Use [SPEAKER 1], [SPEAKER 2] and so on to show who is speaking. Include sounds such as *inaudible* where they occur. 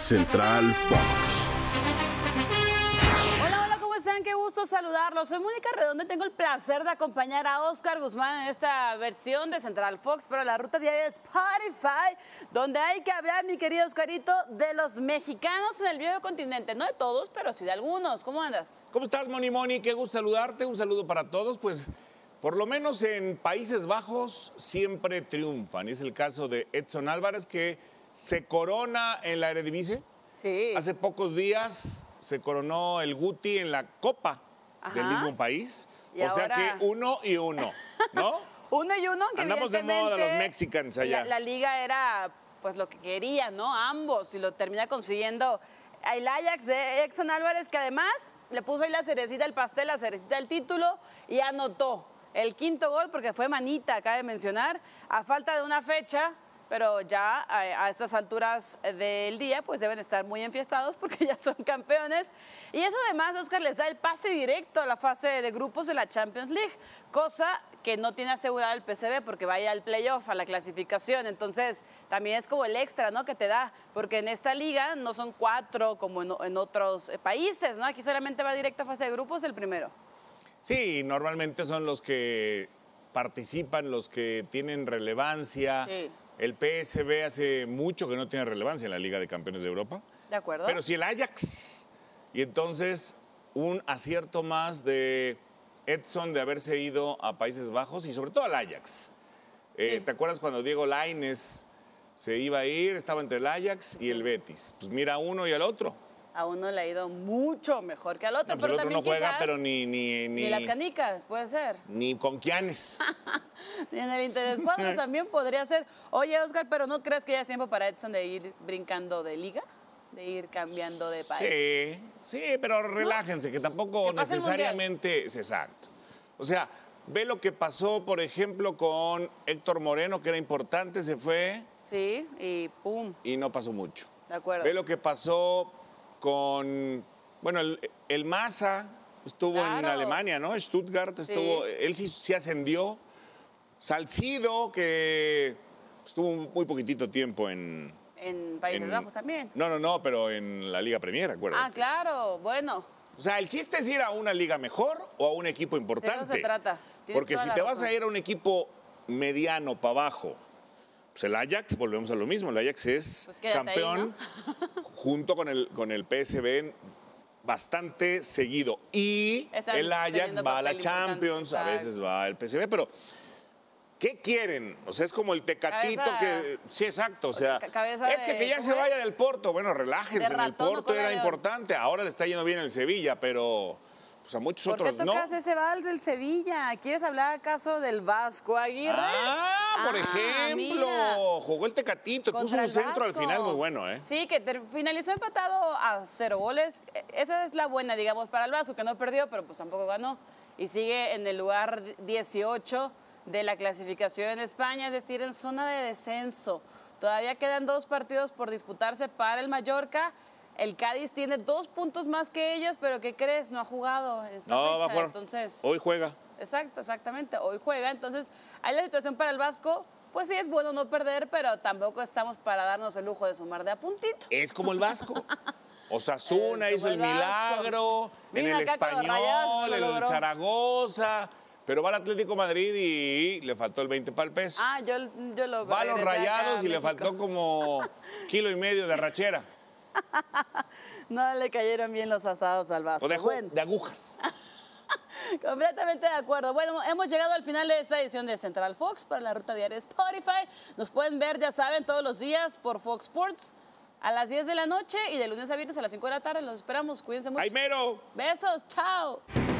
[SPEAKER 1] Central Fox.
[SPEAKER 2] Hola, hola, ¿cómo están? Qué gusto saludarlos. Soy Mónica Redondo y tengo el placer de acompañar a Oscar Guzmán en esta versión de Central Fox para la ruta diaria de Spotify, donde hay que hablar, mi querido Oscarito, de los mexicanos en el viejo continente. No de todos, pero sí de algunos. ¿Cómo andas?
[SPEAKER 3] ¿Cómo estás, Moni Moni? Qué gusto saludarte. Un saludo para todos. Pues, por lo menos en Países Bajos siempre triunfan. Es el caso de Edson Álvarez, que se corona en la Eredivisie.
[SPEAKER 2] Sí.
[SPEAKER 3] Hace pocos días se coronó el Guti en la Copa del
[SPEAKER 2] Ajá.
[SPEAKER 3] mismo país.
[SPEAKER 2] Y
[SPEAKER 3] o
[SPEAKER 2] ahora-
[SPEAKER 3] sea que uno y uno,
[SPEAKER 2] *laughs*
[SPEAKER 3] ¿no?
[SPEAKER 2] Uno y uno. que
[SPEAKER 3] Andamos de moda los
[SPEAKER 2] evidentemente
[SPEAKER 3] Mexicans
[SPEAKER 2] la-
[SPEAKER 3] allá.
[SPEAKER 2] La, liga era pues lo que quería, ¿no? Ambos, y lo termina consiguiendo el Ajax de Exxon Álvarez, que además le puso ahí la cerecita del pastel, la cerecita del título, y anotó el quinto gol, porque fue manita, cabe mencionar, a falta de una fecha. Pero ya a, a estas alturas del día, pues deben estar muy enfiestados porque *laughs* ya son campeones. Y eso además, Oscar, les da el pase directo a la fase de grupos de la Champions League, cosa que no tiene asegurada el PCB porque vaya al playoff, a la clasificación. Entonces, también es como el extra, ¿no? Que te da, porque en esta liga no son cuatro como en, o- en otros eh, países, ¿no? Aquí solamente va directo a fase de grupos el primero.
[SPEAKER 3] Sí, normalmente son los que participan, los que tienen relevancia.
[SPEAKER 2] Sí.
[SPEAKER 3] El PSV hace mucho que no tiene relevancia en la Liga de Campeones de Europa.
[SPEAKER 2] ¿De acuerdo?
[SPEAKER 3] Pero si el Ajax. Y entonces un acierto más de Edson de haberse ido a Países Bajos y sobre todo al Ajax. Eh,
[SPEAKER 2] Sí.
[SPEAKER 3] ¿Te acuerdas cuando Diego Laines se iba a ir? Estaba entre el Ajax y el Betis. Pues mira a uno y al otro.
[SPEAKER 2] A uno le ha ido mucho mejor que al otro.
[SPEAKER 3] No, pues el otro
[SPEAKER 2] también
[SPEAKER 3] no juega,
[SPEAKER 2] quizás
[SPEAKER 3] pero ni, ni, ni,
[SPEAKER 2] ni las canicas, puede ser.
[SPEAKER 3] ni con Quianes.
[SPEAKER 2] Ni en el
[SPEAKER 3] *laughs*
[SPEAKER 2] interescuadro también podría ser. Oye, Oscar, pero ¿no crees que ya es tiempo para Edson de ir brincando de liga? De ir cambiando de este país.
[SPEAKER 3] Sí, sí, pero relájense, que tampoco
[SPEAKER 2] Que pase el
[SPEAKER 3] necesariamente es exacto. O sea, ve lo que pasó, por ejemplo, con Héctor Moreno, que era importante, se fue
[SPEAKER 2] Sí, y pum,
[SPEAKER 3] y no pasó mucho.
[SPEAKER 2] de acuerdo.
[SPEAKER 3] Ve lo que pasó con, bueno, el, el Massa estuvo en
[SPEAKER 2] Claro.
[SPEAKER 3] Alemania, ¿no? Stuttgart estuvo, él sí, sí ascendió. Salcido, que estuvo muy poquitito tiempo en...
[SPEAKER 2] En Países
[SPEAKER 3] en-
[SPEAKER 2] Bajos también.
[SPEAKER 3] No, no, no, pero en la Liga Premier, acuérdate.
[SPEAKER 2] Ah, claro, bueno.
[SPEAKER 3] O sea, el chiste es ir a una liga mejor o a un equipo importante.
[SPEAKER 2] De eso se trata. Tienes
[SPEAKER 3] Porque
[SPEAKER 2] toda
[SPEAKER 3] si
[SPEAKER 2] la
[SPEAKER 3] te vas
[SPEAKER 2] razón.
[SPEAKER 3] a ir a un equipo mediano para abajo, pues el Ajax, volvemos a lo mismo, el Ajax es
[SPEAKER 2] Pues quédate ahí,
[SPEAKER 3] campeón *laughs* junto con el, con el PSV en- bastante seguido. Y
[SPEAKER 2] Están
[SPEAKER 3] el Ajax
[SPEAKER 2] teniendo
[SPEAKER 3] va a la
[SPEAKER 2] papel importante,
[SPEAKER 3] Champions, a
[SPEAKER 2] exacto.
[SPEAKER 3] veces va el PSV, pero ¿qué quieren? O sea, es como el tecatito
[SPEAKER 2] Cabeza-
[SPEAKER 3] que... Sí, exacto, o sea,
[SPEAKER 2] ca- cabeza
[SPEAKER 3] es que
[SPEAKER 2] de-
[SPEAKER 3] que ya
[SPEAKER 2] ¿cómo
[SPEAKER 3] se vaya
[SPEAKER 2] es?
[SPEAKER 3] del Porto, bueno, relájense,
[SPEAKER 2] De
[SPEAKER 3] en el
[SPEAKER 2] ratón o
[SPEAKER 3] Porto
[SPEAKER 2] cola
[SPEAKER 3] era
[SPEAKER 2] de león.
[SPEAKER 3] importante, ahora le está yendo bien el Sevilla, pero pues a muchos
[SPEAKER 2] ¿Por qué
[SPEAKER 3] otros no.
[SPEAKER 2] tocas ese vals del Sevilla? ¿Quieres hablar acaso del Vasco Aguirre?
[SPEAKER 3] Ah, por
[SPEAKER 2] Ah,
[SPEAKER 3] ejemplo,
[SPEAKER 2] mira.
[SPEAKER 3] jugó el Tecatito, puso
[SPEAKER 2] Contra
[SPEAKER 3] un
[SPEAKER 2] el
[SPEAKER 3] centro al
[SPEAKER 2] Vasco.
[SPEAKER 3] final muy bueno, ¿eh?
[SPEAKER 2] Sí, que ter- finalizó empatado a cero goles. E- Esa es la buena, digamos, para el Vasco, que no perdió, pero pues tampoco ganó. Y sigue en el lugar 18 de la clasificación en España, es decir, en zona de descenso. Todavía quedan dos partidos por disputarse para el Mallorca. El Cádiz tiene dos puntos más que ellos, pero ¿qué crees? No ha jugado. esta
[SPEAKER 3] No, va a
[SPEAKER 2] fecha,
[SPEAKER 3] jugar.
[SPEAKER 2] Entonces,
[SPEAKER 3] Hoy juega.
[SPEAKER 2] Exacto, exactamente. Hoy juega, entonces ahí la situación para el Vasco, pues sí es bueno no perder, pero tampoco estamos para darnos el lujo de sumar de a puntito.
[SPEAKER 3] Es como
[SPEAKER 2] *laughs*
[SPEAKER 3] el Vasco. Osasuna
[SPEAKER 2] Es como
[SPEAKER 3] hizo el
[SPEAKER 2] el Vasco.
[SPEAKER 3] milagro, en
[SPEAKER 2] Vino
[SPEAKER 3] el
[SPEAKER 2] acá con los rayados,
[SPEAKER 3] español,
[SPEAKER 2] no lo
[SPEAKER 3] en el
[SPEAKER 2] logró.
[SPEAKER 3] Zaragoza, pero va al Atlético Madrid y le faltó el 20 para el peso.
[SPEAKER 2] Ah, yo, yo lo
[SPEAKER 3] va a los
[SPEAKER 2] regresé acá
[SPEAKER 3] rayados
[SPEAKER 2] a
[SPEAKER 3] y le
[SPEAKER 2] México. *laughs*
[SPEAKER 3] faltó como kilo y medio de rachera.
[SPEAKER 2] No le cayeron bien los asados al Vasco.
[SPEAKER 3] O de, aju-
[SPEAKER 2] Bueno, Ah,
[SPEAKER 3] de agujas.
[SPEAKER 2] completamente de acuerdo. Bueno, hemos llegado al final de esta edición de Central Fox para la ruta diaria Spotify. Nos pueden ver, ya saben, todos los días por Fox Sports a las 10 de la noche y de lunes a viernes a las 5 de la tarde. Los esperamos. Cuídense mucho.
[SPEAKER 3] ¡Ay, mero!
[SPEAKER 2] Besos, chao.